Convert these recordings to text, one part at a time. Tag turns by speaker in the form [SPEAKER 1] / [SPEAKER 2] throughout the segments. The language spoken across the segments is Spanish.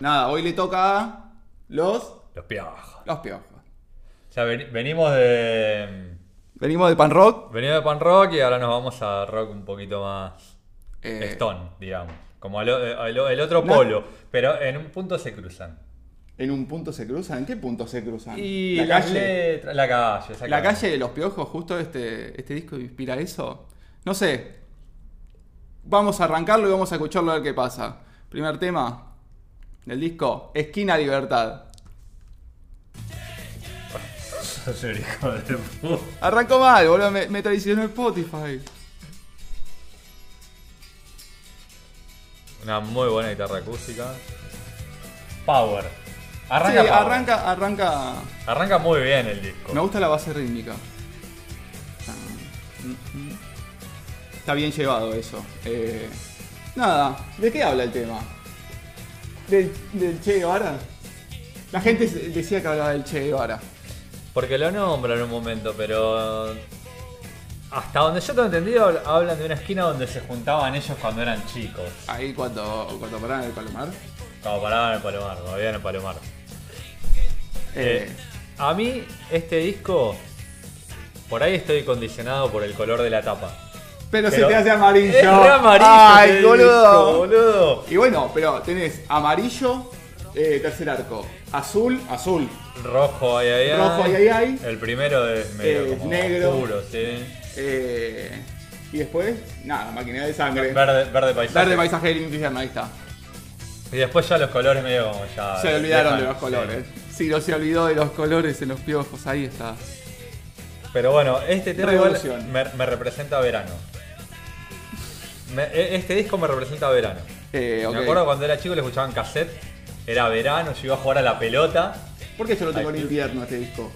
[SPEAKER 1] Nada, hoy le toca a los,
[SPEAKER 2] Los piojos.
[SPEAKER 1] los piojos.
[SPEAKER 2] Ya ven- venimos de.
[SPEAKER 1] Venimos de pan rock.
[SPEAKER 2] Venimos de pan rock y ahora nos vamos a rock un poquito más.
[SPEAKER 1] eh,
[SPEAKER 2] Stone, digamos. Como al o- eh, al o- el otro
[SPEAKER 1] No.
[SPEAKER 2] polo. Pero en un punto se cruzan.
[SPEAKER 1] ¿En un punto se cruzan? ¿En qué punto se cruzan?
[SPEAKER 2] Y
[SPEAKER 1] la
[SPEAKER 2] las
[SPEAKER 1] calle.
[SPEAKER 2] letras- la calle, exactamente.
[SPEAKER 1] La calle de los piojos, justo este, este disco inspira eso. No sé. Vamos a arrancarlo y vamos a escucharlo a ver qué pasa. Primer tema del disco, Esquina Libertad.
[SPEAKER 2] Sos un hijo de puta.
[SPEAKER 1] Arrancó mal, boludo, me, me traicionó Spotify.
[SPEAKER 2] Una muy buena guitarra acústica. Power.
[SPEAKER 1] Sí,
[SPEAKER 2] Arranca, power.
[SPEAKER 1] arranca, arranca.
[SPEAKER 2] Arranca muy bien el disco.
[SPEAKER 1] Me gusta la base rítmica. Ah, mm, Está bien llevado eso. Eh, nada, ¿de qué habla el tema? ¿Del, del Che Guevara? La gente se- decía que hablaba del Che Guevara.
[SPEAKER 2] Porque lo nombran en un momento, pero. Hasta donde yo tengo entendido, habl- hablan de una esquina donde se juntaban ellos cuando eran chicos.
[SPEAKER 1] Ahí cuando, cuando paraban el palomar.
[SPEAKER 2] Cuando paraban en el Palomar, todavía en el Palomar.
[SPEAKER 1] Eh,
[SPEAKER 2] Eh, a mí, este disco. Por ahí estoy condicionado por el color de la tapa.
[SPEAKER 1] pero, se
[SPEAKER 2] pero-
[SPEAKER 1] te hace amarillo.
[SPEAKER 2] Es re amarillo
[SPEAKER 1] Ay,
[SPEAKER 2] este disco,
[SPEAKER 1] boludo.
[SPEAKER 2] boludo.
[SPEAKER 1] Y bueno, pero tenés amarillo, eh, tercer arco. Azul, azul.
[SPEAKER 2] Rojo, ay, ay, ay.
[SPEAKER 1] Rojo, ay, ay, ay.
[SPEAKER 2] El primero es medio
[SPEAKER 1] Eh,
[SPEAKER 2] como
[SPEAKER 1] negro.
[SPEAKER 2] oscuro, sí.
[SPEAKER 1] Eh, y después, nada, maquinidad de sangre.
[SPEAKER 2] Verde, verde paisaje.
[SPEAKER 1] Verde paisaje del infierno, ahí está.
[SPEAKER 2] Y después ya los colores medio como ya.
[SPEAKER 1] Se olvidaron
[SPEAKER 2] dejan-
[SPEAKER 1] de los colores. Sí, no se olvidó de los colores en los piojos, ahí está.
[SPEAKER 2] sí. Pero bueno, este tema igual
[SPEAKER 1] Revolución.
[SPEAKER 2] me, me representa verano. Me- e- este disco me representa verano.
[SPEAKER 1] Eh, ok.
[SPEAKER 2] Me acuerdo cuando era chico le escuchaban cassette. Era verano, yo iba a jugar a la pelota.
[SPEAKER 1] ¿Por qué yo lo tengo
[SPEAKER 2] Ay,
[SPEAKER 1] en invierno este disco?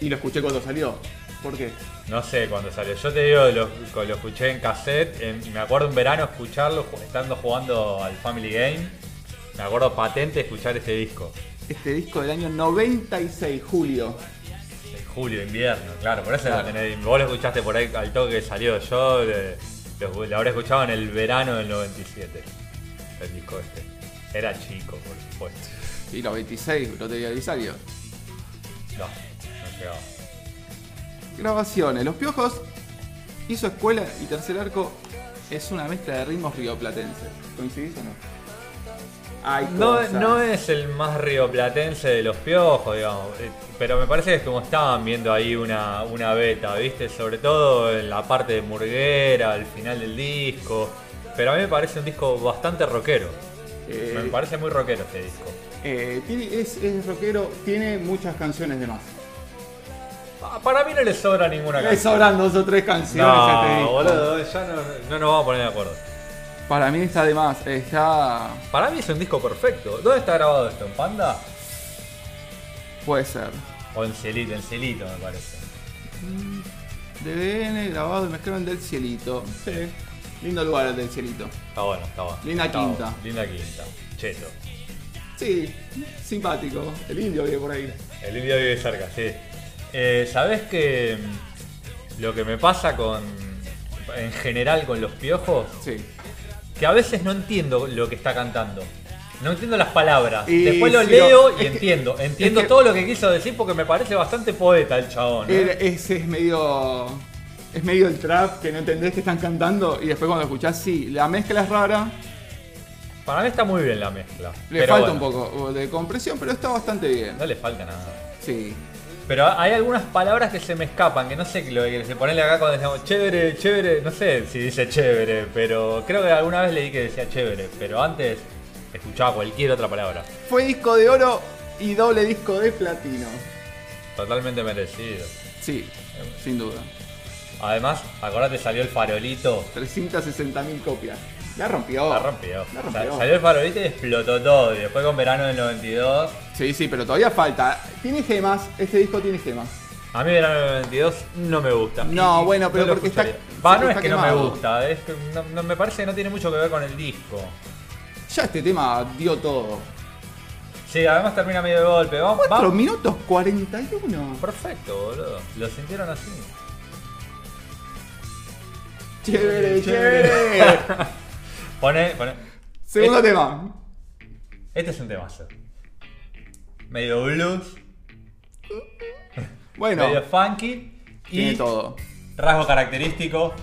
[SPEAKER 1] Y lo escuché cuando salió. ¿Por qué?
[SPEAKER 2] No sé cuándo salió. Yo te digo, lo, co- lo escuché en cassette. en- y me acuerdo un verano escucharlo ju- estando jugando al Family Game. Me acuerdo patente escuchar este disco.
[SPEAKER 1] Este disco del año 96, Julio.
[SPEAKER 2] En julio, invierno, claro, por eso
[SPEAKER 1] Claro.
[SPEAKER 2] lo tenés. Vos lo escuchaste por ahí al toque que salió. Yo eh, lo, lo habré escuchado en el verano del 97. El disco este. Era chico, por supuesto.
[SPEAKER 1] Y los 26, Lotería de Disario.
[SPEAKER 2] No, no llegaba.
[SPEAKER 1] Grabaciones. Los Piojos hizo escuela y tercer arco es una mezcla de ritmos rioplatenses. ¿Coincidís o no? Ay,
[SPEAKER 2] No,
[SPEAKER 1] cosas.
[SPEAKER 2] no es el más rioplatense de los piojos, digamos. eh, Pero me parece que es como estaban viendo ahí una, una beta, ¿viste? Sobre todo en la parte de Murguera, al final del disco. Pero a mí me parece un disco bastante rockero.
[SPEAKER 1] Eh,
[SPEAKER 2] Me parece muy rockero este disco.
[SPEAKER 1] Eh, tiene- es, es rockero, tiene muchas canciones de más.
[SPEAKER 2] Ah, Para mí no le sobra ninguna
[SPEAKER 1] Le
[SPEAKER 2] canción.
[SPEAKER 1] sobran dos o tres canciones a este
[SPEAKER 2] No,
[SPEAKER 1] disco.
[SPEAKER 2] boludo, ya no, no nos vamos a poner de acuerdo.
[SPEAKER 1] Para mí está de más. eh, Está.
[SPEAKER 2] Para mí es un disco perfecto. ¿Dónde está grabado esto? ¿En Panda?
[SPEAKER 1] Puede ser.
[SPEAKER 2] O en Celito, en Celito me parece.
[SPEAKER 1] DBN grabado y mezclado en Del Cielito. Sí. Lindo lugar el Del Cielito.
[SPEAKER 2] Está bueno, está bueno.
[SPEAKER 1] Linda
[SPEAKER 2] Está bueno.
[SPEAKER 1] quinta.
[SPEAKER 2] Linda quinta. Cheto.
[SPEAKER 1] Sí, simpático. El indio vive por ahí.
[SPEAKER 2] El indio vive cerca, sí. Eh, ¿Sabés que mm, lo que me pasa con. en general con los piojos?
[SPEAKER 1] Sí.
[SPEAKER 2] Que a veces no entiendo lo que está cantando. No entiendo las palabras.
[SPEAKER 1] Y
[SPEAKER 2] Después lo
[SPEAKER 1] si
[SPEAKER 2] leo
[SPEAKER 1] no-
[SPEAKER 2] y
[SPEAKER 1] es que-
[SPEAKER 2] entiendo. Entiendo
[SPEAKER 1] es que-
[SPEAKER 2] todo lo que quiso decir porque me parece bastante poeta el chabón. ¿eh?
[SPEAKER 1] Era- ese es medio. Es medio el trap que no entendés que están cantando y después cuando lo escuchás, sí, la mezcla es rara.
[SPEAKER 2] Para mí está muy bien la mezcla.
[SPEAKER 1] Le
[SPEAKER 2] pero
[SPEAKER 1] falta
[SPEAKER 2] bueno,
[SPEAKER 1] un poco de compresión, pero está bastante bien.
[SPEAKER 2] No le falta nada.
[SPEAKER 1] Sí.
[SPEAKER 2] Pero hay algunas palabras que se me escapan, que no sé lo que se ponen acá cuando decíamos chévere, chévere, no sé si dice chévere, pero creo que alguna vez leí que decía chévere, pero antes escuchaba cualquier otra palabra.
[SPEAKER 1] Fue disco de oro y doble disco de platino.
[SPEAKER 2] Totalmente merecido.
[SPEAKER 1] Sí, sin duda.
[SPEAKER 2] Además, acordate, salió el farolito.
[SPEAKER 1] 360.000 copias. La rompió.
[SPEAKER 2] La rompió.
[SPEAKER 1] La
[SPEAKER 2] Sa-
[SPEAKER 1] rompió.
[SPEAKER 2] Salió el farolito y explotó todo. Y después con verano del 92.
[SPEAKER 1] Sí, sí, pero todavía falta. Tiene gemas. Este disco tiene gemas.
[SPEAKER 2] A mí verano del 92 no me gusta.
[SPEAKER 1] No,
[SPEAKER 2] Y- y
[SPEAKER 1] bueno, pero
[SPEAKER 2] lo
[SPEAKER 1] porque está-
[SPEAKER 2] escucharía. Va,
[SPEAKER 1] porque
[SPEAKER 2] no es
[SPEAKER 1] está
[SPEAKER 2] que no me
[SPEAKER 1] quemado.
[SPEAKER 2] gusta, es que no- no- me parece que no tiene mucho que ver con el disco.
[SPEAKER 1] Ya este tema dio todo.
[SPEAKER 2] Sí, además termina medio de golpe. Va, va-
[SPEAKER 1] 4 minutos 41.
[SPEAKER 2] Perfecto, boludo. Lo sintieron así.
[SPEAKER 1] Chévere,
[SPEAKER 2] Chévere.
[SPEAKER 1] chévere.
[SPEAKER 2] Pone, pone.
[SPEAKER 1] Segundo tema.
[SPEAKER 2] Este es un temazo. Medio blues,
[SPEAKER 1] Bueno,
[SPEAKER 2] medio funky
[SPEAKER 1] tiene
[SPEAKER 2] y
[SPEAKER 1] todo.
[SPEAKER 2] rasgo característico,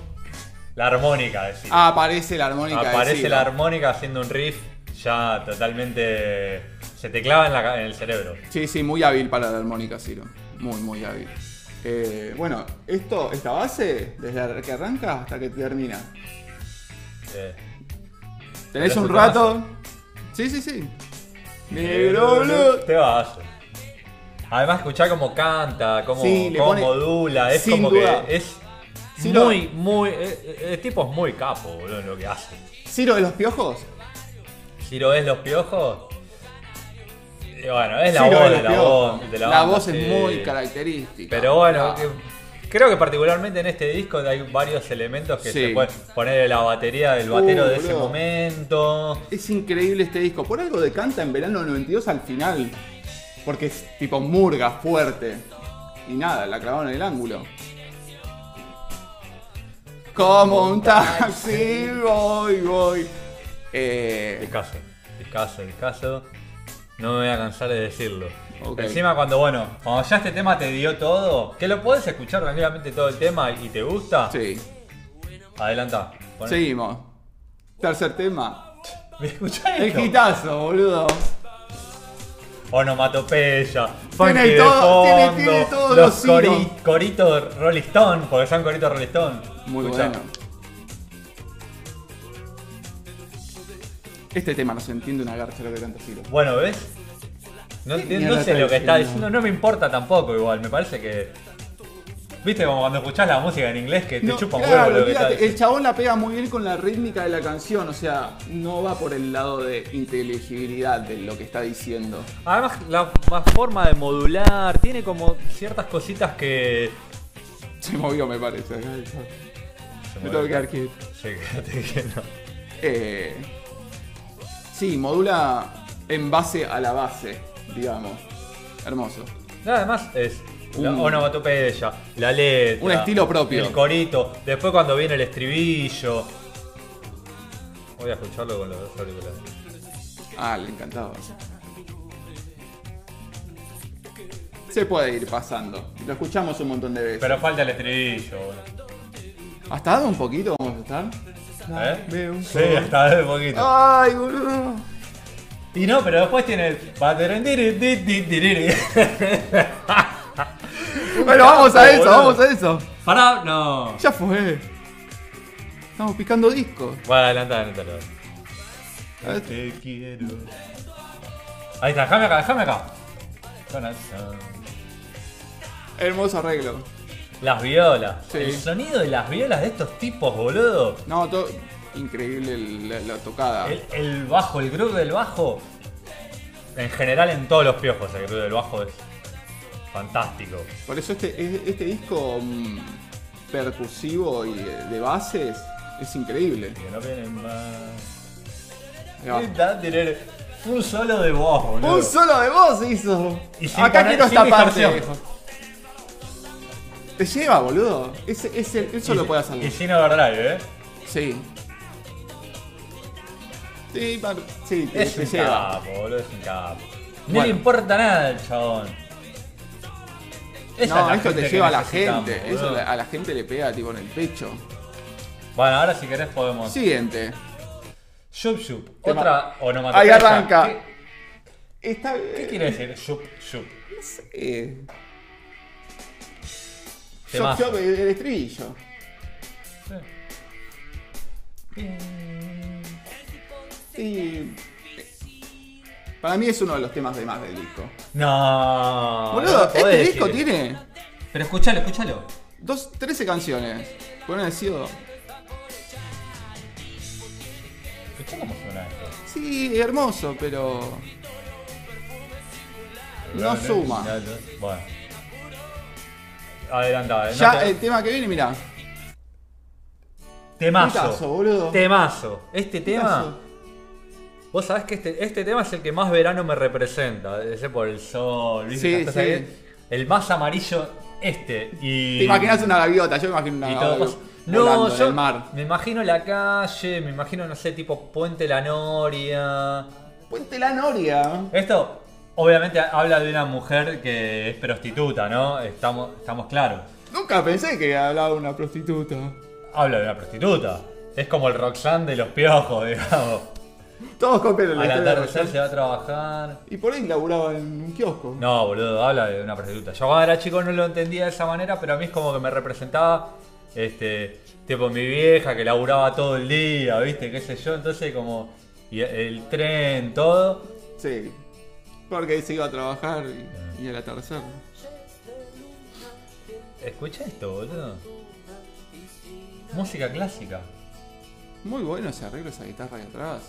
[SPEAKER 2] la armónica. decir.
[SPEAKER 1] Aparece la Ah, armónica. de
[SPEAKER 2] Aparece
[SPEAKER 1] Sila.
[SPEAKER 2] la armónica haciendo un riff ya totalmente... Se te clava en, la ca- en el cerebro.
[SPEAKER 1] Sí, sí, muy hábil para la armónica, Ciro. Muy, muy hábil. Eh, bueno, esto, esta base, desde que arranca hasta que termina.
[SPEAKER 2] Eh,
[SPEAKER 1] Tenés
[SPEAKER 2] Pero
[SPEAKER 1] un
[SPEAKER 2] es un temazo.
[SPEAKER 1] rato. Sí, sí, sí. Negro blue.
[SPEAKER 2] Te vas. Además escuchá cómo canta, cómo,
[SPEAKER 1] Sí, le
[SPEAKER 2] cómo
[SPEAKER 1] pone-
[SPEAKER 2] modula, es
[SPEAKER 1] sin
[SPEAKER 2] como
[SPEAKER 1] duda.
[SPEAKER 2] que es
[SPEAKER 1] Sí, lo-
[SPEAKER 2] muy, muy... eh, eh, El tipo es muy capo, boludo, en lo que hace.
[SPEAKER 1] Ciro de los piojos.
[SPEAKER 2] Ciro es los piojos. Y bueno, es la
[SPEAKER 1] Ciro
[SPEAKER 2] voz
[SPEAKER 1] de los
[SPEAKER 2] de la
[SPEAKER 1] piojos.
[SPEAKER 2] voz. de la
[SPEAKER 1] La
[SPEAKER 2] banda,
[SPEAKER 1] voz es
[SPEAKER 2] sí.
[SPEAKER 1] muy característica.
[SPEAKER 2] Pero bueno,
[SPEAKER 1] Ah,
[SPEAKER 2] que- creo que particularmente en este disco hay varios elementos que
[SPEAKER 1] Sí.
[SPEAKER 2] se pueden poner en la batería del batero
[SPEAKER 1] Uh,
[SPEAKER 2] de ese
[SPEAKER 1] boludo.
[SPEAKER 2] momento.
[SPEAKER 1] Es increíble este disco. Por algo decanta en verano del 92 al final. Porque es tipo murga, fuerte. Y nada, la clavaron en el ángulo. Como un taxi, voy, voy. Eh,
[SPEAKER 2] Discaso, discaso, discaso. No me voy a cansar de decirlo.
[SPEAKER 1] Ok.
[SPEAKER 2] Encima cuando, bueno, cuando ya este tema te dio todo, que lo puedes escuchar tranquilamente todo el tema y te gusta,
[SPEAKER 1] sí,
[SPEAKER 2] adelanta. Pon-
[SPEAKER 1] seguimos. Tercer tema.
[SPEAKER 2] Escuchá
[SPEAKER 1] El
[SPEAKER 2] esto.
[SPEAKER 1] hitazo, boludo.
[SPEAKER 2] onomatopeya, funky de
[SPEAKER 1] todo, tiene-
[SPEAKER 2] fondo,
[SPEAKER 1] tiene todos los
[SPEAKER 2] los cori-
[SPEAKER 1] hilos.
[SPEAKER 2] coritos Rolling Stone, porque son coritos Rolling Stone.
[SPEAKER 1] Muy
[SPEAKER 2] Escuchá.
[SPEAKER 1] bueno. Este tema no se entiende una garcha lo que canta Ciro.
[SPEAKER 2] Bueno, ¿ves? No, entiendo,
[SPEAKER 1] mierda
[SPEAKER 2] no sé
[SPEAKER 1] está
[SPEAKER 2] lo que está
[SPEAKER 1] diciendo?
[SPEAKER 2] diciendo, no me importa tampoco igual, me parece que... Viste como cuando escuchás la música en inglés que te
[SPEAKER 1] No,
[SPEAKER 2] chupa un
[SPEAKER 1] claro,
[SPEAKER 2] huevo lo que está
[SPEAKER 1] olvídate, el
[SPEAKER 2] diciendo.
[SPEAKER 1] chabón la pega muy bien con la rítmica de la canción, o sea, no va por el lado de inteligibilidad de lo que está diciendo.
[SPEAKER 2] Además, la, la forma de modular, tiene como ciertas cositas que...
[SPEAKER 1] Se movió, me parece. Ay,
[SPEAKER 2] Se
[SPEAKER 1] Me
[SPEAKER 2] mueve.
[SPEAKER 1] tengo que quedar quieto.
[SPEAKER 2] Sí, quédate quieto.
[SPEAKER 1] Eh, sí, modula en base a la base, digamos. Hermoso.
[SPEAKER 2] No, además es la
[SPEAKER 1] Un-
[SPEAKER 2] onomatopeya, la letra.
[SPEAKER 1] Un estilo propio.
[SPEAKER 2] El corito. Después cuando viene el estribillo. Voy a escucharlo con los dos auriculares.
[SPEAKER 1] Ah, le encantaba. Se puede ir pasando. Lo escuchamos un montón de veces.
[SPEAKER 2] Pero falta el estribillo, boludo.
[SPEAKER 1] ¿Hasta dado un poquito vamos a estar?
[SPEAKER 2] ¿Eh?
[SPEAKER 1] Ah, Veo un Ah.
[SPEAKER 2] Sí, hasta de poquito.
[SPEAKER 1] Ay, boludo.
[SPEAKER 2] Y no, pero después tiene el. Paterentirirititiriri.
[SPEAKER 1] Bueno, vamos a eso,
[SPEAKER 2] boludo.
[SPEAKER 1] vamos a eso.
[SPEAKER 2] Pará, no.
[SPEAKER 1] Ya fue. Estamos picando discos.
[SPEAKER 2] Bueno, adelanta, adelántalo.
[SPEAKER 1] A ver.
[SPEAKER 2] Te quiero. Ahí está, déjame acá, déjame acá. Corazón.
[SPEAKER 1] Hermoso arreglo.
[SPEAKER 2] Las violas.
[SPEAKER 1] Sí.
[SPEAKER 2] El sonido de las violas de estos tipos, boludo.
[SPEAKER 1] No, todo increíble el- la, la tocada.
[SPEAKER 2] El, el bajo, el groove del bajo. En general en todos los piojos el groove del bajo es fantástico.
[SPEAKER 1] Por eso este, e- este disco mm, percusivo y de, de bases es increíble.
[SPEAKER 2] Que no vienen más.
[SPEAKER 1] Ahí va.
[SPEAKER 2] Está, tener un solo de voz, boludo.
[SPEAKER 1] Un solo de voz hizo.
[SPEAKER 2] Y sin
[SPEAKER 1] Acá
[SPEAKER 2] poner-
[SPEAKER 1] quiero
[SPEAKER 2] sin
[SPEAKER 1] esta parte.
[SPEAKER 2] distorsión.
[SPEAKER 1] Te lleva, boludo. Ese, ese- eso
[SPEAKER 2] Y-
[SPEAKER 1] lo puede hacer.
[SPEAKER 2] Y sin overdrive, eh.
[SPEAKER 1] Sí. Sí, par- sí, te,
[SPEAKER 2] Es
[SPEAKER 1] te
[SPEAKER 2] un
[SPEAKER 1] lleva.
[SPEAKER 2] capo, boludo, es un capo. No
[SPEAKER 1] Bueno.
[SPEAKER 2] le importa nada al chabón. Esa es
[SPEAKER 1] no,
[SPEAKER 2] la
[SPEAKER 1] esto
[SPEAKER 2] gente
[SPEAKER 1] te
[SPEAKER 2] que
[SPEAKER 1] lleva a la
[SPEAKER 2] necesitamos,
[SPEAKER 1] gente. Eso
[SPEAKER 2] boludo.
[SPEAKER 1] le- a la gente le pega tipo en el pecho.
[SPEAKER 2] Bueno, ahora si querés podemos.
[SPEAKER 1] Siguiente.
[SPEAKER 2] Shup shup.
[SPEAKER 1] Tema.
[SPEAKER 2] Otra onomatopeya.
[SPEAKER 1] Ahí arranca.
[SPEAKER 2] ¿Qué,
[SPEAKER 1] Está
[SPEAKER 2] qué quiere decir shup shup?
[SPEAKER 1] Eh, yo,
[SPEAKER 2] Temazo.
[SPEAKER 1] yo- el estribillo. Sí. Para mí es uno de los temas de más del disco.
[SPEAKER 2] No. Ah, no
[SPEAKER 1] Boludo,
[SPEAKER 2] lo
[SPEAKER 1] este
[SPEAKER 2] podés
[SPEAKER 1] disco
[SPEAKER 2] decir.
[SPEAKER 1] tiene
[SPEAKER 2] Pero escúchalo, escúchalo.
[SPEAKER 1] dos, 13 canciones. Bueno, decido.
[SPEAKER 2] Escuchá cómo suena esto.
[SPEAKER 1] Sí, hermoso, pero. No suma.
[SPEAKER 2] Bueno. Adelantá, eh,
[SPEAKER 1] Ya eh,
[SPEAKER 2] no te-
[SPEAKER 1] el tema que viene, mirá.
[SPEAKER 2] Temazo.
[SPEAKER 1] Pitazo, boludo.
[SPEAKER 2] Temazo. Este
[SPEAKER 1] Pitazo.
[SPEAKER 2] tema. Vos sabés que este, este tema es el que más verano me representa. Ese por el sol, ¿viste?
[SPEAKER 1] Sí,
[SPEAKER 2] Las cosas
[SPEAKER 1] sí.
[SPEAKER 2] que- El más amarillo, este. Y.
[SPEAKER 1] Te imaginas una gaviota, yo me imagino una
[SPEAKER 2] Y todo
[SPEAKER 1] gaviota.
[SPEAKER 2] pasa- No,
[SPEAKER 1] volando en
[SPEAKER 2] yo
[SPEAKER 1] el mar.
[SPEAKER 2] me imagino la calle, me imagino, no sé, tipo Puente La Noria,
[SPEAKER 1] Puente La Noria.
[SPEAKER 2] Esto obviamente habla de una mujer que es prostituta, ¿no? Estamos, estamos claros.
[SPEAKER 1] Nunca pensé que hablaba una prostituta.
[SPEAKER 2] Habla de una prostituta. Es como el Roxanne de los piojos, digamos.
[SPEAKER 1] Todos copian la
[SPEAKER 2] Al
[SPEAKER 1] historia de
[SPEAKER 2] atardecer
[SPEAKER 1] Roxanne.
[SPEAKER 2] se va a trabajar.
[SPEAKER 1] Y por ahí laburaba en un kiosco.
[SPEAKER 2] No, boludo, habla de una prostituta. Yo cuando era chico no lo entendía de esa manera, pero a mí es como que me representaba, este, tipo mi vieja que laburaba todo el día, ¿viste? ¿Qué sé yo? Entonces como, y el tren, todo.
[SPEAKER 1] Sí. Porque ahí se iba a trabajar y, y al atardecer.
[SPEAKER 2] Escucha esto, boludo. Música clásica.
[SPEAKER 1] Muy bueno ese arreglo, esa guitarra ahí atrás.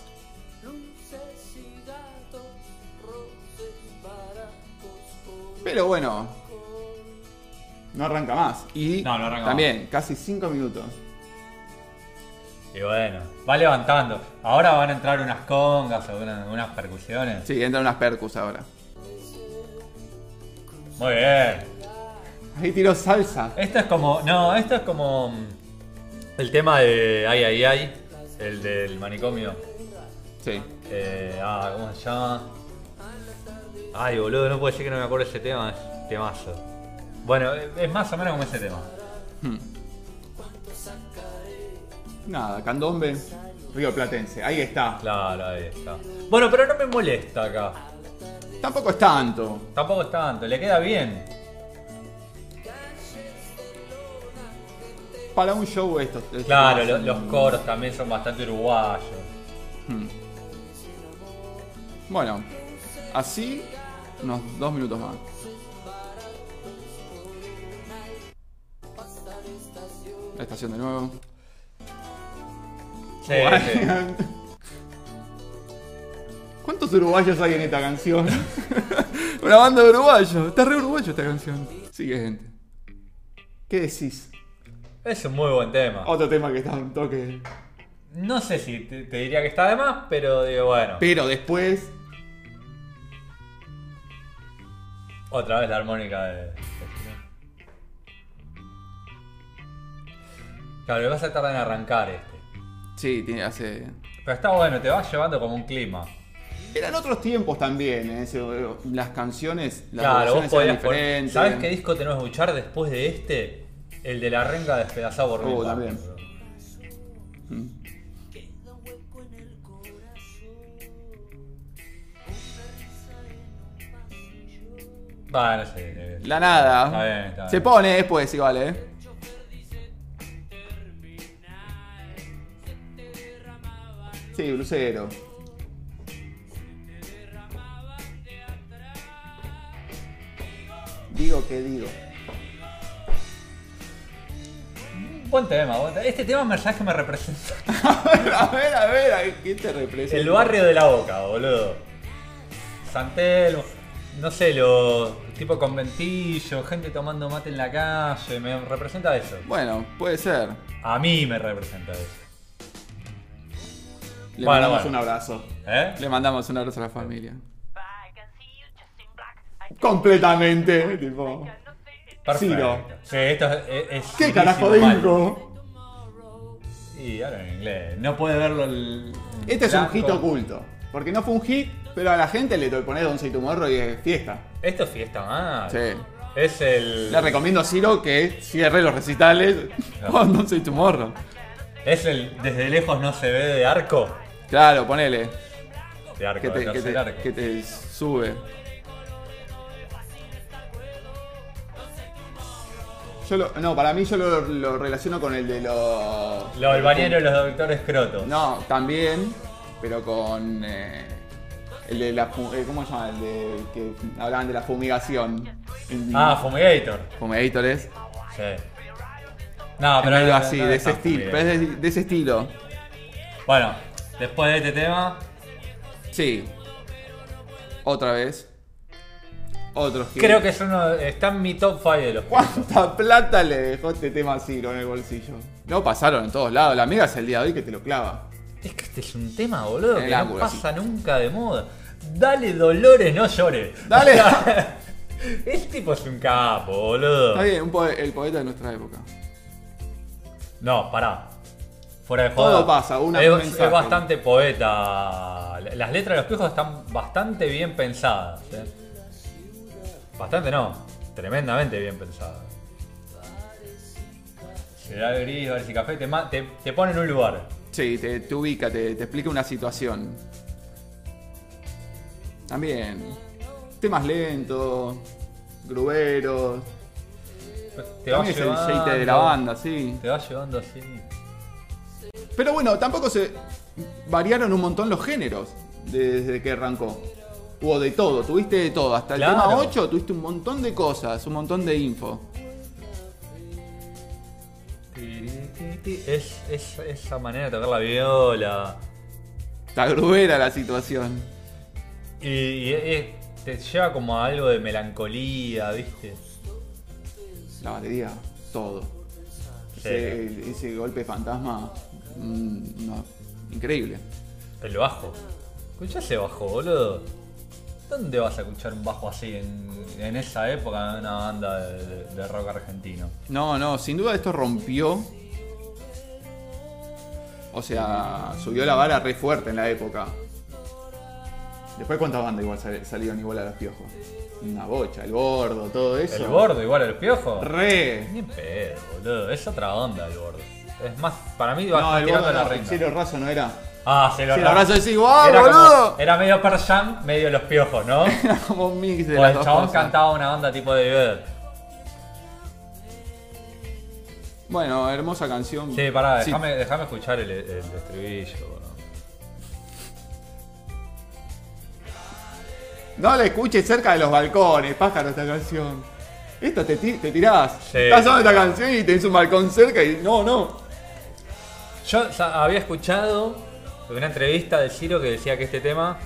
[SPEAKER 1] Pero bueno, no arranca más. Y
[SPEAKER 2] No, no arranca
[SPEAKER 1] también, casi 5 minutos.
[SPEAKER 2] Y bueno, va levantando. Ahora van a entrar unas congas o una- unas percusiones.
[SPEAKER 1] Sí, entran unas percus ahora.
[SPEAKER 2] Muy bien.
[SPEAKER 1] Ahí tiró salsa.
[SPEAKER 2] Esto es como. No, esto es como. mm, El tema de Ay, ay, ay. El del manicomio.
[SPEAKER 1] Sí.
[SPEAKER 2] Eh, ah, ¿cómo se llama? Ay, boludo, no puedo decir que no me acuerdo ese tema. Es temazo. Bueno, es es más o menos como ese tema.
[SPEAKER 1] Hmm. Nada, candombe, río platense. Ahí está.
[SPEAKER 2] Claro, ahí está. Bueno, pero no me molesta acá.
[SPEAKER 1] Tampoco es tanto.
[SPEAKER 2] Tampoco es tanto, le queda bien.
[SPEAKER 1] Para un show esto. esto
[SPEAKER 2] Claro,
[SPEAKER 1] más.
[SPEAKER 2] lo- los coros también son bastante uruguayos.
[SPEAKER 1] Hmm. Bueno, así unos dos minutos más. La estación de nuevo.
[SPEAKER 2] Sí, sí.
[SPEAKER 1] Bueno. ¿Cuántos uruguayos hay en esta canción? Una banda de uruguayos. Está re uruguayo esta canción. Sigue, gente. ¿Qué decís?
[SPEAKER 2] Es un muy buen tema.
[SPEAKER 1] Otro tema que está un toque.
[SPEAKER 2] No sé si te, te diría que está de más, pero digo, bueno.
[SPEAKER 1] Pero después.
[SPEAKER 2] Otra vez la armónica de. Claro, le vas a tardar en arrancar este.
[SPEAKER 1] Sí, tiene, hace.
[SPEAKER 2] Pero está bueno, te vas llevando como un clima.
[SPEAKER 1] Eran otros tiempos también, ¿eh? Se- las canciones, las
[SPEAKER 2] claro, vos
[SPEAKER 1] versiones eran
[SPEAKER 2] podías poner.
[SPEAKER 1] diferentes.
[SPEAKER 2] ¿Sabes qué disco tenemos que escuchar después de este? El de la renga despedazado por
[SPEAKER 1] Oh,
[SPEAKER 2] Bilbao.
[SPEAKER 1] también. Mm.
[SPEAKER 2] Va, no sé. eh,
[SPEAKER 1] La nada.
[SPEAKER 2] Está bien, está bien.
[SPEAKER 1] Se pone después igual, ¿eh? Sí, brucero. Digo que digo.
[SPEAKER 2] Buen tema, buen tema. Este tema me sabes que me representa.
[SPEAKER 1] A ver, a ver, a ver, ¿a ¿qué te representa?
[SPEAKER 2] El barrio de la boca, boludo. Santelmo, no sé, los tipo conventillo, gente tomando mate en la calle, me representa eso.
[SPEAKER 1] Bueno, puede ser.
[SPEAKER 2] A mí me representa eso.
[SPEAKER 1] Le
[SPEAKER 2] Bueno,
[SPEAKER 1] mandamos
[SPEAKER 2] bueno.
[SPEAKER 1] un abrazo.
[SPEAKER 2] ¿Eh?
[SPEAKER 1] Le mandamos un abrazo a la familia.
[SPEAKER 3] I can see you just in black. I
[SPEAKER 1] Completamente, tipo.
[SPEAKER 3] can nothing
[SPEAKER 1] Ciro.
[SPEAKER 2] Sí, esto es, es- es
[SPEAKER 1] ¿Qué
[SPEAKER 2] cirísimo
[SPEAKER 1] carajo
[SPEAKER 2] mal.
[SPEAKER 1] digo?
[SPEAKER 2] Y ahora en inglés. No puede verlo el.
[SPEAKER 1] Este es un
[SPEAKER 2] blanco.
[SPEAKER 1] hit oculto. Porque no fue un hit, pero a la gente le pones Don y Tomorrow y es fiesta.
[SPEAKER 2] Esto es fiesta más.
[SPEAKER 1] Sí.
[SPEAKER 2] Es el.
[SPEAKER 1] Le recomiendo a Ciro que cierre los recitales con Don y Tomorrow.
[SPEAKER 2] Es el. Desde lejos no se ve de arco.
[SPEAKER 1] Claro, ponele.
[SPEAKER 2] De arco,
[SPEAKER 1] Que
[SPEAKER 2] de
[SPEAKER 1] te, que
[SPEAKER 2] tercer
[SPEAKER 1] te-
[SPEAKER 2] arco.
[SPEAKER 1] que te sube. Yo lo- no, para mí yo lo, lo relaciono con el de los...
[SPEAKER 2] Los albaneros y los doctores crotos.
[SPEAKER 1] No, también, pero con eh, el de la fu- eh, ¿cómo se llama? El de que hablaban de la fumigación.
[SPEAKER 2] Ah, Fumigator.
[SPEAKER 1] fumigatores.
[SPEAKER 2] Sí. No, pero
[SPEAKER 1] Pero algo
[SPEAKER 2] no-
[SPEAKER 1] así,
[SPEAKER 2] no
[SPEAKER 1] de
[SPEAKER 2] es
[SPEAKER 1] ese
[SPEAKER 2] tan
[SPEAKER 1] estilo.
[SPEAKER 2] fluido.
[SPEAKER 1] Pero es de, de ese estilo.
[SPEAKER 2] Bueno, después de este tema,
[SPEAKER 1] Sí. Otra vez. Otro hit.
[SPEAKER 2] creo que es uno, está en mi top 5 de los.
[SPEAKER 1] ¿Cuánta plata le dejó este tema a Ciro en el bolsillo? No pasaron en todos lados. La amiga es el día de hoy que te lo clava.
[SPEAKER 2] Es que este es un tema, boludo,
[SPEAKER 1] En el
[SPEAKER 2] que no
[SPEAKER 1] ángulo,
[SPEAKER 2] pasa nunca de moda. Dale dolores, no llores.
[SPEAKER 1] Dale.
[SPEAKER 2] El tipo es un capo, boludo.
[SPEAKER 1] Está bien, un poe- el poeta de nuestra época.
[SPEAKER 2] No, pará. Fuera de
[SPEAKER 1] Todo
[SPEAKER 2] joda.
[SPEAKER 1] pasa, una- un
[SPEAKER 2] es,
[SPEAKER 1] mensaje.
[SPEAKER 2] es bastante poeta. Las letras de los piojos están bastante bien pensadas. ¿eh? Bastante no, tremendamente bien pensadas. Será gris, ver si café te, ma- te, te pone en un lugar.
[SPEAKER 1] Sí, te, te ubica, te, te explica una situación. También. Temas lentos, gruberos.
[SPEAKER 2] Te va
[SPEAKER 1] También es el
[SPEAKER 2] llevando.
[SPEAKER 1] aceite de la banda, sí.
[SPEAKER 2] Te va llevando así.
[SPEAKER 1] Pero bueno, tampoco se variaron un montón los géneros de- desde que arrancó. Hubo de todo, tuviste de todo. Hasta el
[SPEAKER 2] Claro.
[SPEAKER 1] tema 8 tuviste un montón de cosas, un montón de info.
[SPEAKER 2] Es, es esa manera de tocar la viola.
[SPEAKER 1] Está grubera la situación.
[SPEAKER 2] Y, y- y te lleva como a algo de melancolía, ¿viste?
[SPEAKER 1] La batería, todo. Ese, ese golpe fantasma, mm, no, increíble.
[SPEAKER 2] El bajo. Escuchá ese bajo, boludo. ¿Dónde vas a escuchar un bajo así en, en esa época de una banda de, de rock argentino?
[SPEAKER 1] No, no, sin duda esto rompió. O sea, subió la vara re fuerte en la época. Después cuántas bandas igual sal- salieron igual a los piojos. Una bocha, el gordo, todo eso.
[SPEAKER 2] ¿El gordo igual al piojo?
[SPEAKER 1] Re.
[SPEAKER 2] Ni en pedo, boludo. Es otra onda el gordo. Es más, para mí va
[SPEAKER 1] No, el
[SPEAKER 2] tirando
[SPEAKER 1] gordo
[SPEAKER 2] a la
[SPEAKER 1] no,
[SPEAKER 2] renga.
[SPEAKER 1] Cielo Raso no era.
[SPEAKER 2] Ah, se lo
[SPEAKER 1] Cielo Raso es igual,
[SPEAKER 2] era,
[SPEAKER 1] ¡Ah, boludo.
[SPEAKER 2] como, era medio Per Jam, medio los piojos, ¿no?
[SPEAKER 1] Era como un mix de
[SPEAKER 2] o
[SPEAKER 1] las
[SPEAKER 2] el
[SPEAKER 1] dos
[SPEAKER 2] chabón
[SPEAKER 1] cosas.
[SPEAKER 2] cantaba una onda tipo de Vedder.
[SPEAKER 1] Bueno, hermosa canción.
[SPEAKER 2] Sí, pará, déjame déjame escuchar el, el estribillo, boludo.
[SPEAKER 1] No la escuches cerca de los balcones, pájaro, esta canción. Esta te, ti- te tirás.
[SPEAKER 2] Sí.
[SPEAKER 1] Estás sonando esta canción y tenés un balcón cerca y no, no.
[SPEAKER 2] Yo o sea, había escuchado una entrevista de Ciro que decía que este tema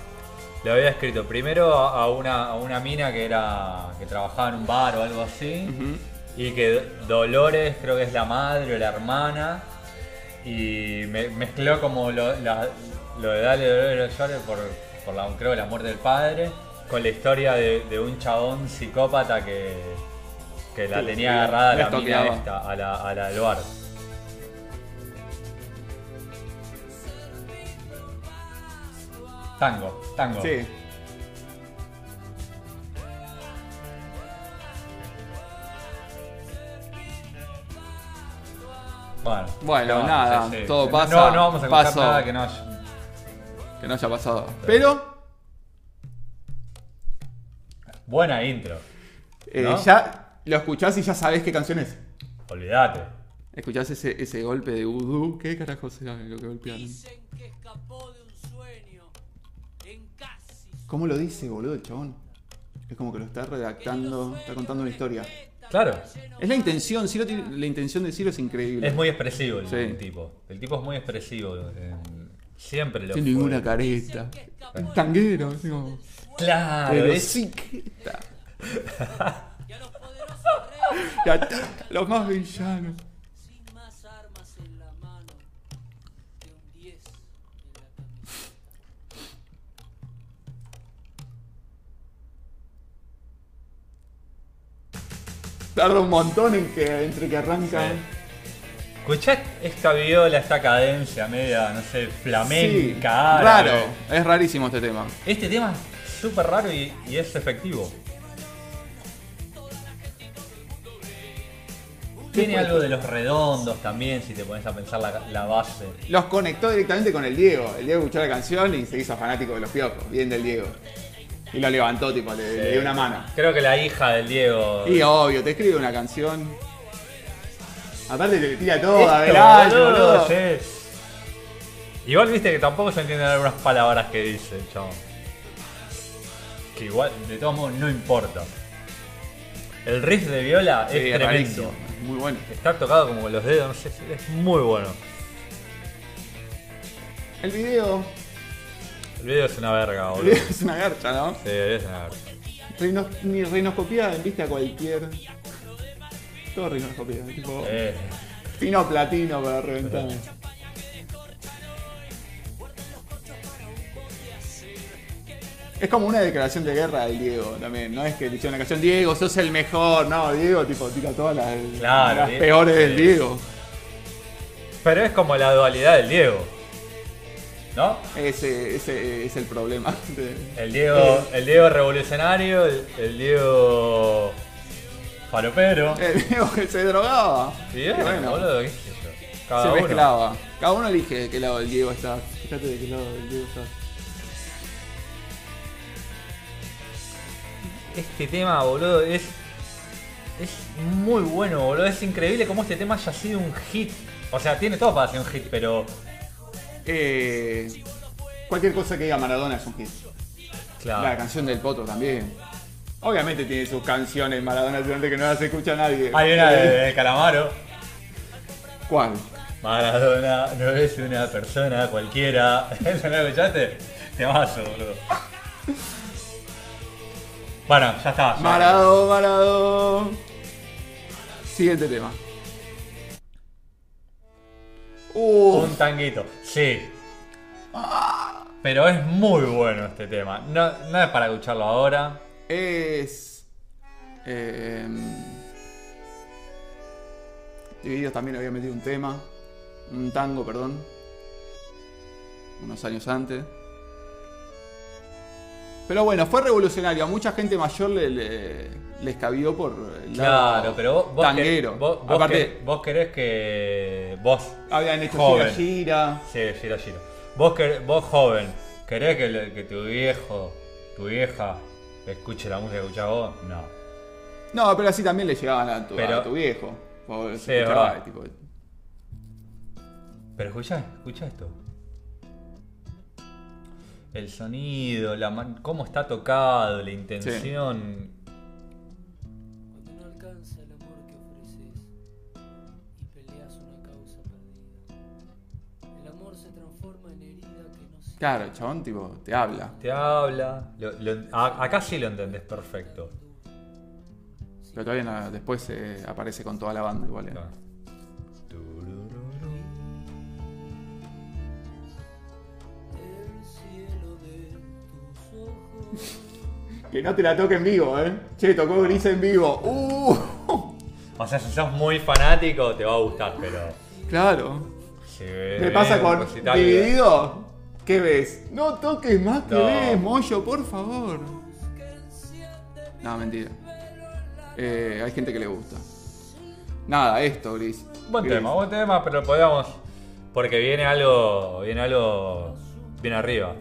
[SPEAKER 2] lo había escrito primero a a una, a una mina que era que trabajaba en un bar o algo así y que Dolores creo que es la madre o la hermana y me- mezcló como lo, la- lo de Dale Dolores llore por, por la, creo que la muerte del padre con la historia de, de un chabón psicópata que, que la
[SPEAKER 1] Sí,
[SPEAKER 2] tenía
[SPEAKER 1] sí,
[SPEAKER 2] agarrada a
[SPEAKER 1] la
[SPEAKER 2] la mina
[SPEAKER 1] estoqueaba.
[SPEAKER 2] esta, a la, a la del bar. Tango, tango.
[SPEAKER 1] Sí.
[SPEAKER 2] Bueno,
[SPEAKER 1] Bueno,
[SPEAKER 2] no,
[SPEAKER 1] nada,
[SPEAKER 2] sí, sí.
[SPEAKER 1] todo
[SPEAKER 2] No,
[SPEAKER 1] pasa,
[SPEAKER 2] No, no vamos a escuchar
[SPEAKER 1] paso.
[SPEAKER 2] nada que no.
[SPEAKER 1] Que no haya pasado. Pero
[SPEAKER 2] Buena intro.
[SPEAKER 1] eh,
[SPEAKER 2] ¿No?
[SPEAKER 1] ya lo escuchás y ya sabés qué canción es.
[SPEAKER 2] Olvídate.
[SPEAKER 1] Escuchás ese, ese golpe de vudú. ¿Qué carajo será lo que golpearon?
[SPEAKER 4] Dicen que escapó de un sueño en casi
[SPEAKER 1] ¿Cómo lo dice, boludo, el chabón? Es como que lo está redactando, está contando una historia.
[SPEAKER 2] Claro.
[SPEAKER 1] Es la intención, Ciro tiene- la intención de Ciro es increíble.
[SPEAKER 2] Es muy expresivo el,
[SPEAKER 1] Sí.
[SPEAKER 2] el tipo. El tipo es muy expresivo. eh, siempre lo
[SPEAKER 1] Sin
[SPEAKER 2] fue.
[SPEAKER 1] ninguna careta. Es tanguero, así como-
[SPEAKER 2] Claro,
[SPEAKER 1] Pero
[SPEAKER 2] es-
[SPEAKER 1] sí que está.
[SPEAKER 4] y a los poderosos reyes
[SPEAKER 1] Y ataca Los más villanos.
[SPEAKER 4] sin más armas en la mano que un 10 en la camisa.
[SPEAKER 1] Tarda un montón en que, entre que arranca.
[SPEAKER 2] Sí. Escuchá esta viola, esta cadencia media, no sé,
[SPEAKER 1] Sí,
[SPEAKER 2] flamenca. árabe.
[SPEAKER 1] raro. Es rarísimo este tema.
[SPEAKER 2] Este tema es súper raro y, y es efectivo. Tiene algo de los redondos también, si te pones a pensar la, la base.
[SPEAKER 1] Los conectó directamente con el Diego. El Diego escuchó la canción y se hizo fanático de los piojos. Bien del Diego. Y lo levantó, tipo, le, le dio una mano.
[SPEAKER 2] Creo que la hija del Diego.
[SPEAKER 1] Y obvio, te escribe una canción. Aparte te tira todo,
[SPEAKER 2] Esto,
[SPEAKER 1] a Avelay,
[SPEAKER 2] boludo,
[SPEAKER 1] boludo.
[SPEAKER 2] sí. Igual viste que tampoco se entienden algunas palabras que dice el chabón. Que igual, de todos modos, no importa. El riff de viola
[SPEAKER 1] Sí,
[SPEAKER 2] es tremendo.
[SPEAKER 1] rarísimo. Muy bueno.
[SPEAKER 2] Está tocado como con los dedos, no sé, es muy bueno.
[SPEAKER 1] El video,
[SPEAKER 2] El video es una verga,
[SPEAKER 1] el
[SPEAKER 2] boludo.
[SPEAKER 1] video
[SPEAKER 2] Sí,
[SPEAKER 1] es una garcha, ¿no?
[SPEAKER 2] el video es una verga.
[SPEAKER 1] Reinos- ni reinoscopía en vista a cualquier. Todo reinoscopía, tipo.
[SPEAKER 2] Eh,
[SPEAKER 1] Fino platino para reventar. Es como una declaración de guerra del Diego también, no es que le hicieron la canción Diego, sos el mejor, no, Diego tipo tira todas las,
[SPEAKER 2] Claro,
[SPEAKER 1] las
[SPEAKER 2] Diego,
[SPEAKER 1] peores del
[SPEAKER 2] sí.
[SPEAKER 1] Diego.
[SPEAKER 2] Pero es como la dualidad del Diego. ¿No?
[SPEAKER 1] Ese, ese es el problema. de-
[SPEAKER 2] El Diego, el Diego revolucionario, el, el Diego falopero.
[SPEAKER 1] El Diego que se drogaba.
[SPEAKER 2] Y
[SPEAKER 1] Y
[SPEAKER 2] bueno, boludo, qué sé yo. Cada
[SPEAKER 1] se
[SPEAKER 2] uno.
[SPEAKER 1] mezclaba. Cada uno elige de qué lado del Diego está. Fíjate de qué lado del Diego está.
[SPEAKER 2] Este tema, boludo, es. Es muy bueno, boludo. Es increíble cómo este tema haya sido un hit. O sea, tiene todo para ser un hit, pero.
[SPEAKER 1] Eh, cualquier cosa que diga Maradona es un hit. La
[SPEAKER 2] Claro.
[SPEAKER 1] canción del Potro también. Obviamente tiene sus canciones Maradona durante que no las escucha nadie. Eh,
[SPEAKER 2] Hay una de, de Calamaro.
[SPEAKER 1] ¿Cuál?
[SPEAKER 2] Maradona no es una persona cualquiera. ¿Eso no lo escuchaste? Te mazo, boludo. Bueno, ya está. ya.
[SPEAKER 1] Maradó, Maradó. Siguiente tema. Uh,
[SPEAKER 2] Un tanguito, sí. Pero es muy bueno este tema. No, no es para escucharlo ahora.
[SPEAKER 1] es. Eh, Divididos también había metido un tema. Un tango, perdón. Unos años antes. Pero bueno, fue revolucionario. A mucha gente mayor le, le, le escabió por. el
[SPEAKER 2] Claro,
[SPEAKER 1] lado
[SPEAKER 2] pero vos, vos
[SPEAKER 1] Tanguero.
[SPEAKER 2] quer- vos- vos
[SPEAKER 1] Aparte,
[SPEAKER 2] quer- vos querés que. Vos.
[SPEAKER 1] habían hecho
[SPEAKER 2] joven.
[SPEAKER 1] gira, gira.
[SPEAKER 2] Sí, gira, gira. Vos, quer- vos joven, ¿querés que, le- que tu viejo, tu vieja, escuche la música que escuchás vos? No.
[SPEAKER 1] No, pero así también le llegaban a tu,
[SPEAKER 2] Pero-
[SPEAKER 1] a tu viejo. O se
[SPEAKER 2] Sí,
[SPEAKER 1] escuchaba,
[SPEAKER 2] verdad.
[SPEAKER 1] tipo,
[SPEAKER 2] Pero escuchá, escuchá esto. El sonido, la man- cómo está tocado, la intención.
[SPEAKER 4] Cuando no alcanza el amor que ofreces y peleas una causa perdida. El amor se transforma en herida que no se
[SPEAKER 1] Claro, el chabón tipo, te habla.
[SPEAKER 2] Te habla. lo- lo- a- acá sí lo entendés perfecto.
[SPEAKER 1] Pero todavía no- después eh, aparece con toda la banda igual. eh.
[SPEAKER 2] Acá.
[SPEAKER 4] el cielo de tus ojos.
[SPEAKER 1] Que no te la toque en vivo, eh. Che, tocó Gris en vivo. Uh,
[SPEAKER 2] O sea, si sos muy fanático, te va a gustar, pero.
[SPEAKER 1] claro.
[SPEAKER 2] si
[SPEAKER 1] ¿Qué
[SPEAKER 2] ves
[SPEAKER 1] pasa
[SPEAKER 2] un
[SPEAKER 1] con
[SPEAKER 2] recital que-
[SPEAKER 1] Dividido? ¿Qué ves? No toques más que
[SPEAKER 2] No.
[SPEAKER 1] ves, Moyo, por favor. No, mentira. Eh, hay gente que le gusta. Nada, esto, Gris.
[SPEAKER 2] Buen
[SPEAKER 1] Gris.
[SPEAKER 2] tema, buen tema, pero podemos. Porque viene algo. Viene algo. Bien arriba.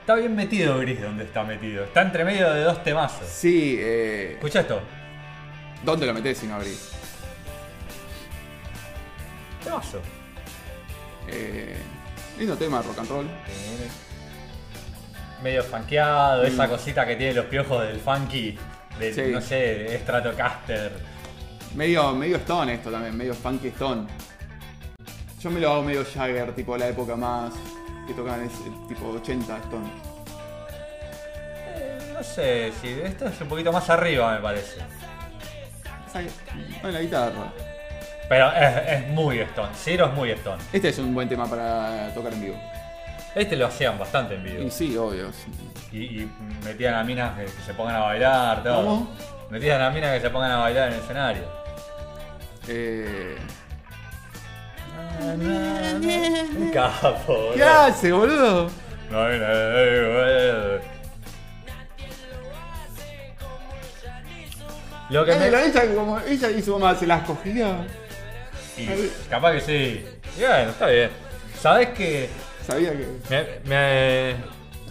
[SPEAKER 2] Está bien metido Gris donde está metido. Está entre medio de dos temazos.
[SPEAKER 1] Sí, eh.
[SPEAKER 2] Escucha esto.
[SPEAKER 1] ¿Dónde lo metés si no abrís?
[SPEAKER 2] Temazo.
[SPEAKER 1] Eh, lindo tema de rock and roll.
[SPEAKER 2] Medio funkeado, esa cosita que tiene los piojos del funky. De,
[SPEAKER 1] Mm. Sí.
[SPEAKER 2] No sé, de Stratocaster.
[SPEAKER 1] Medio, medio Stone esto también, medio funky Stone. Yo me lo hago medio Jagger, tipo la época más que tocan es eh, tipo 80 Stone.
[SPEAKER 2] Eh, no sé, si esto es un poquito más arriba, me parece.
[SPEAKER 1] Jagger. Bueno, la guitarra.
[SPEAKER 2] Pero es, es muy Stone, Zero es muy Stone.
[SPEAKER 1] Este es un buen tema para tocar en vivo.
[SPEAKER 2] Este lo hacían bastante en vivo.
[SPEAKER 1] Y sí, obvio. sí.
[SPEAKER 2] Y, y metían a minas que, que se pongan a bailar, todo.
[SPEAKER 1] ¿Cómo?
[SPEAKER 2] Metían a minas que se pongan a bailar en el escenario.
[SPEAKER 1] Eh,
[SPEAKER 2] Un capo. boludo.
[SPEAKER 1] ¿Qué hace, boludo?
[SPEAKER 2] No, no, no, no. Lo que
[SPEAKER 1] Ella,
[SPEAKER 2] me...
[SPEAKER 1] ella Eh, como, ella y su mamá se las cogía.
[SPEAKER 2] y capaz que sí. Y bueno, está bien. Sabes que
[SPEAKER 1] Sabía que.
[SPEAKER 2] me, me-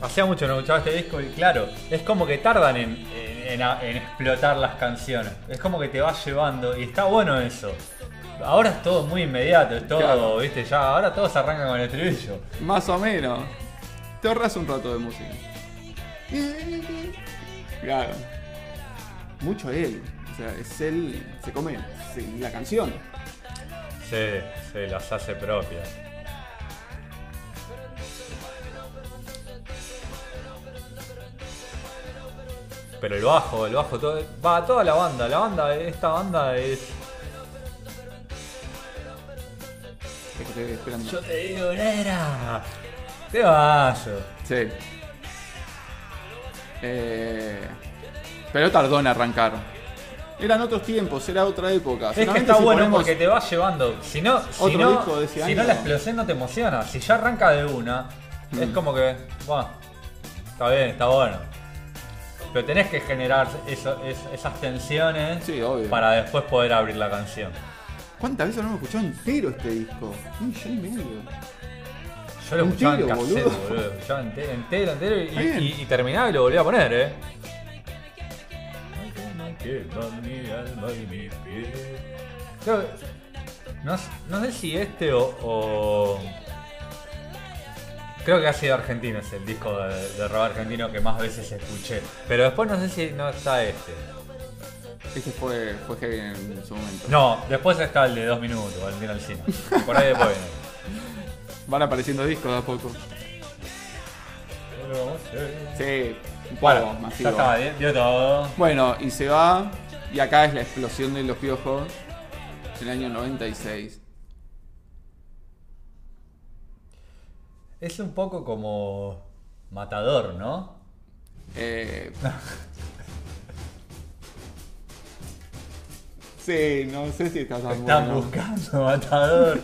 [SPEAKER 2] hacía mucho que no escuchaba este disco y claro, es como que tardan en, en- en a- en explotar las canciones. Es como que te va llevando y está bueno eso. Ahora es todo muy inmediato, es todo,
[SPEAKER 1] Claro.
[SPEAKER 2] viste, ya, ahora todo se arranca con el estribillo.
[SPEAKER 1] Más o menos. Te ahorras un rato de música. Claro. Mucho él. O sea, es él. Se come se- la canción.
[SPEAKER 2] Se, se las hace propias. Pero el bajo, el bajo, todo, va toda la banda, la banda, esta banda es...
[SPEAKER 1] Es que estoy esperando.
[SPEAKER 2] Yo te digo, nena, te vas.
[SPEAKER 1] Sí. Eh, pero tardó en arrancar. Eran otros tiempos, era otra época.
[SPEAKER 2] Es que
[SPEAKER 1] Seguramente
[SPEAKER 2] está
[SPEAKER 1] si
[SPEAKER 2] bueno
[SPEAKER 1] ponemos-
[SPEAKER 2] porque te vas llevando. Si no, si
[SPEAKER 1] Otro
[SPEAKER 2] no,
[SPEAKER 1] disco de ese
[SPEAKER 2] si
[SPEAKER 1] año.
[SPEAKER 2] no la explosión no te emociona. Si ya arranca de una,
[SPEAKER 1] Mm.
[SPEAKER 2] es como que. Bueno, está bien, está bueno. Pero tenés que generar eso- es- esas tensiones
[SPEAKER 1] Sí, obvio.
[SPEAKER 2] para después poder abrir la canción.
[SPEAKER 1] ¿Cuántas veces no hemos escuchado entero este disco? Un millón y medio.
[SPEAKER 2] Yo lo escuchaba en
[SPEAKER 1] Entero,
[SPEAKER 2] cassette,
[SPEAKER 1] boludo.
[SPEAKER 2] boludo. lo Escuchaba entero, entero, entero y-
[SPEAKER 1] Está bien.
[SPEAKER 2] y, y terminaba y lo volvía a poner, eh. mi alma y mi piel. Creo que- no, s- no sé si este o, o- Creo que ha sido argentino, es el disco de, de rock argentino que más veces escuché. Pero después no sé si no está este.
[SPEAKER 1] Este fue, fue heavy en su momento.
[SPEAKER 2] No, después está el de dos minutos, Valentín Alcina. Por ahí después viene.
[SPEAKER 1] Van apareciendo discos de a poco. Sí, un poco
[SPEAKER 2] Bueno,
[SPEAKER 1] masivo.
[SPEAKER 2] ya está, dio- dio todo.
[SPEAKER 1] Bueno, y se va. Y acá es la explosión de los piojos. Del año 96.
[SPEAKER 2] Es un poco como matador, ¿no?
[SPEAKER 1] Eh... sí, no sé si está tan
[SPEAKER 2] Están
[SPEAKER 1] Ah, bueno.
[SPEAKER 2] buscando matador.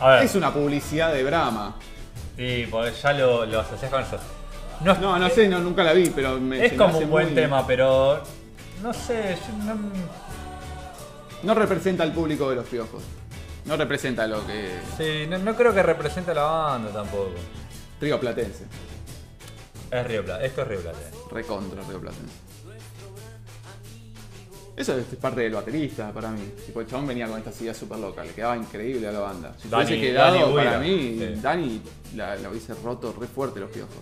[SPEAKER 2] A ver,
[SPEAKER 1] Es una publicidad de Brahma.
[SPEAKER 2] sí, porque ya lo, lo asociás con eso. No,
[SPEAKER 1] No, no sé, no, nunca la vi, pero me. se
[SPEAKER 2] es
[SPEAKER 1] me
[SPEAKER 2] como
[SPEAKER 1] hace
[SPEAKER 2] un buen
[SPEAKER 1] muy-
[SPEAKER 2] tema, pero no sé, yo no-
[SPEAKER 1] No representa al público de los piojos. No representa lo que.
[SPEAKER 2] sí, no- no creo que represente a la banda tampoco.
[SPEAKER 1] Río Platense.
[SPEAKER 2] Es Río Plata, esto es Río Plata.
[SPEAKER 1] Recontra Río Platense. Eso es parte del baterista para mí. Tipo, el chabón venía con esta idea súper loca, le quedaba increíble a la banda. Si
[SPEAKER 2] Dani-
[SPEAKER 1] hubiese quedado,
[SPEAKER 2] Dani
[SPEAKER 1] para
[SPEAKER 2] Buira,
[SPEAKER 1] mí,
[SPEAKER 2] sí.
[SPEAKER 1] Dani la, la hubiese roto re fuerte los piojos.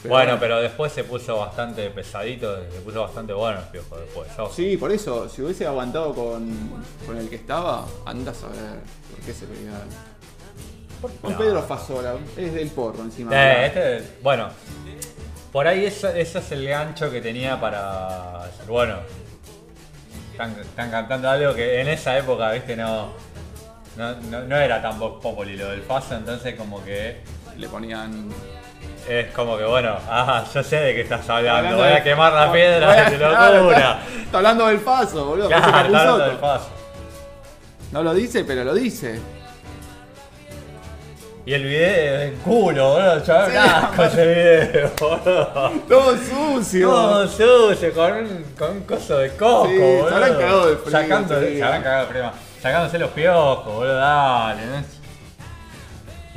[SPEAKER 1] Pero
[SPEAKER 2] bueno, pero después se puso bastante pesadito, se puso bastante bueno el piojo después. Yo-
[SPEAKER 1] Sí, por eso, si hubiese aguantado con, con el que estaba, anda a saber por qué se peleaba. Con
[SPEAKER 2] No.
[SPEAKER 1] Pedro Fasola, es del porro encima.
[SPEAKER 2] Eh, este- bueno, por ahí eso, eso es el gancho que tenía para. decir, Bueno, están, están cantando algo que en esa época, viste, no. No, no- no era tan vox populi lo del paso, entonces como que
[SPEAKER 1] Le ponían.
[SPEAKER 2] es como que bueno, ah, yo sé de qué estás hablando,
[SPEAKER 1] Hablando
[SPEAKER 2] voy a
[SPEAKER 1] de-
[SPEAKER 2] quemar la
[SPEAKER 1] voy-
[SPEAKER 2] piedra
[SPEAKER 1] voy a-
[SPEAKER 2] de
[SPEAKER 1] claro,
[SPEAKER 2] locura.
[SPEAKER 1] está, está hablando del paso, boludo.
[SPEAKER 2] Claro,
[SPEAKER 1] parece
[SPEAKER 2] está hablando
[SPEAKER 1] Capusotto.
[SPEAKER 2] del paso.
[SPEAKER 1] No lo dice, pero lo dice.
[SPEAKER 2] Y el video es culo, boludo, yo
[SPEAKER 1] Sí,
[SPEAKER 2] asco ese video, boludo.
[SPEAKER 1] Todo sucio.
[SPEAKER 2] Todo sucio, con un, con un coso de coco,
[SPEAKER 1] Sí, se
[SPEAKER 2] boludo.
[SPEAKER 1] habrán cagado de frío,
[SPEAKER 2] Sacándose,
[SPEAKER 1] sí.
[SPEAKER 2] se habrán cagado de frío. Sacándose los piojos, boludo, dale. ¿no?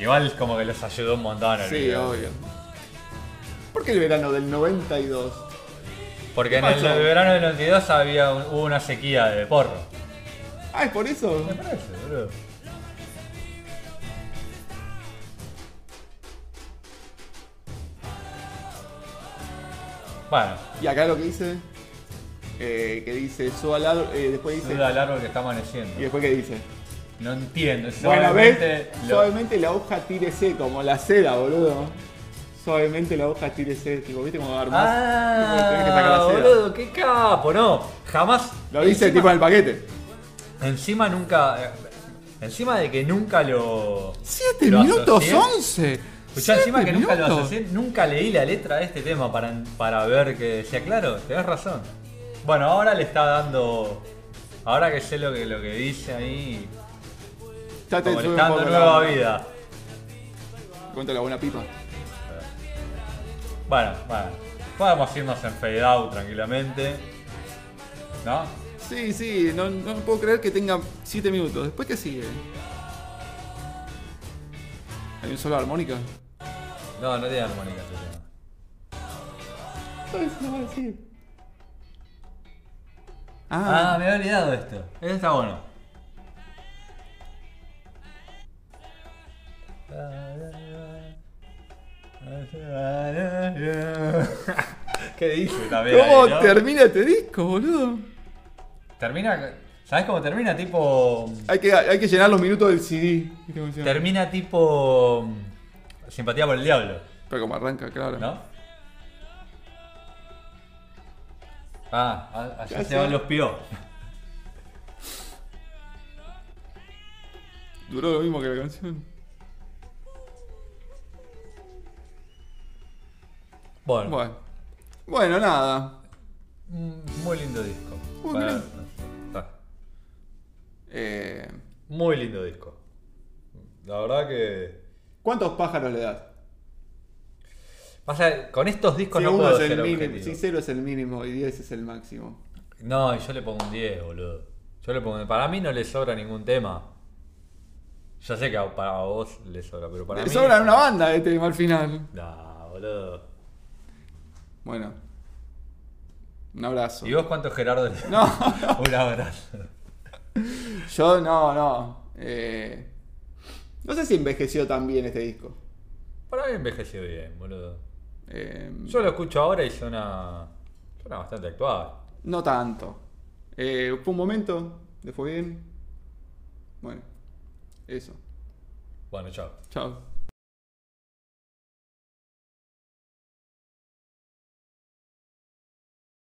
[SPEAKER 2] Igual como que los ayudó un montón el
[SPEAKER 1] sí,
[SPEAKER 2] video.
[SPEAKER 1] obvio. ¿Por qué el verano del 92?
[SPEAKER 2] Porque en
[SPEAKER 1] pasó?
[SPEAKER 2] el verano del 92 había un- hubo una sequía de porro.
[SPEAKER 1] Ah, es por eso.
[SPEAKER 2] Me parece, boludo. Bueno,
[SPEAKER 1] Y acá lo que dice. eh, que dice. Suba al árbol. eh, después dice.
[SPEAKER 2] duda al árbol que está
[SPEAKER 1] Y
[SPEAKER 2] amaneciendo.
[SPEAKER 1] después que dice.
[SPEAKER 2] No entiendo, es
[SPEAKER 1] Bueno, ¿ves?
[SPEAKER 2] solamente lo-
[SPEAKER 1] Suavemente la hoja tírese, como la seda, boludo. Suavemente la hoja tírese. Tipo, ¿viste cómo armás? Tipo, tenés que sacar
[SPEAKER 2] Ah,
[SPEAKER 1] la seda.
[SPEAKER 2] boludo, qué capo, no. Jamás.
[SPEAKER 1] Lo dice
[SPEAKER 2] encima,
[SPEAKER 1] tipo en el paquete.
[SPEAKER 2] Encima nunca. eh, Encima de que nunca lo.
[SPEAKER 1] ¡Siete
[SPEAKER 2] lo
[SPEAKER 1] minutos
[SPEAKER 2] asocié.
[SPEAKER 1] 11!
[SPEAKER 2] Escuchá, encima que nunca lo
[SPEAKER 1] hacen.
[SPEAKER 2] asocié, nunca leí la letra de este tema para, para ver que decía, claro, tenés razón. Bueno, ahora le está dando. Ahora que sé lo que, lo que dice ahí.
[SPEAKER 1] Ya te
[SPEAKER 2] Como le
[SPEAKER 1] sube
[SPEAKER 2] está
[SPEAKER 1] un
[SPEAKER 2] dando
[SPEAKER 1] poco
[SPEAKER 2] nueva
[SPEAKER 1] la-
[SPEAKER 2] vida.
[SPEAKER 1] Cuento la buena pipa.
[SPEAKER 2] Bueno, bueno. Podemos irnos en fade out tranquilamente. ¿No?
[SPEAKER 1] Sí, sí, no, no puedo creer que tenga 7 minutos. ¿Después qué sigue? ¿Hay un solo de armónica?
[SPEAKER 2] No, no tiene armónica este tema.
[SPEAKER 1] Entonces no va a decir.
[SPEAKER 2] Ah,
[SPEAKER 1] Ah,
[SPEAKER 2] me había olvidado esto. Esto está bueno. Ah, ¿Qué dice también?
[SPEAKER 1] ¿cómo
[SPEAKER 2] ahí, no?
[SPEAKER 1] termina este disco, boludo?
[SPEAKER 2] Termina. ¿Sabes cómo termina? Tipo.
[SPEAKER 1] Hay que, hay que llenar los minutos del CD. ¿Viste cómo se llama?
[SPEAKER 2] Termina tipo. mm, Simpatía por el diablo,
[SPEAKER 1] Pero como arranca, claro.
[SPEAKER 2] ¿no? Ah, a- allá se
[SPEAKER 1] Gracias.
[SPEAKER 2] van los piojos.
[SPEAKER 1] Duró lo mismo que la canción.
[SPEAKER 2] Bueno,
[SPEAKER 1] Bueno. Bueno, nada.
[SPEAKER 2] mm, muy lindo disco.
[SPEAKER 1] Uy,
[SPEAKER 2] Para-
[SPEAKER 1] mirá.
[SPEAKER 2] Ah,
[SPEAKER 1] Eh,
[SPEAKER 2] Muy lindo disco. La verdad que.
[SPEAKER 1] ¿Cuántos pájaros le das?
[SPEAKER 2] Pasa, con estos discos
[SPEAKER 1] Si
[SPEAKER 2] no
[SPEAKER 1] uno
[SPEAKER 2] puedo
[SPEAKER 1] es
[SPEAKER 2] ser
[SPEAKER 1] el mínimo,
[SPEAKER 2] objetivo.
[SPEAKER 1] si cero es el mínimo y 10 es el máximo.
[SPEAKER 2] No, y yo le pongo un 10, boludo. Yo le pongo. Para mí no le sobra ningún tema. Ya sé que a- para vos le sobra, pero para
[SPEAKER 1] Le
[SPEAKER 2] mí.
[SPEAKER 1] sobra una banda de tema al final.
[SPEAKER 2] No, boludo.
[SPEAKER 1] Bueno. Un abrazo.
[SPEAKER 2] ¿Y vos cuánto Gerardo le
[SPEAKER 1] No,
[SPEAKER 2] Un abrazo.
[SPEAKER 1] yo no, no. Eh, no sé si envejeció tan bien este disco.
[SPEAKER 2] Para mí envejeció bien, boludo.
[SPEAKER 1] Eh,
[SPEAKER 2] Yo lo escucho ahora y suena. Suena bastante actual.
[SPEAKER 1] No tanto. Eh, fue un momento, le fue bien. Bueno, eso.
[SPEAKER 2] Bueno, chao.
[SPEAKER 1] Chao.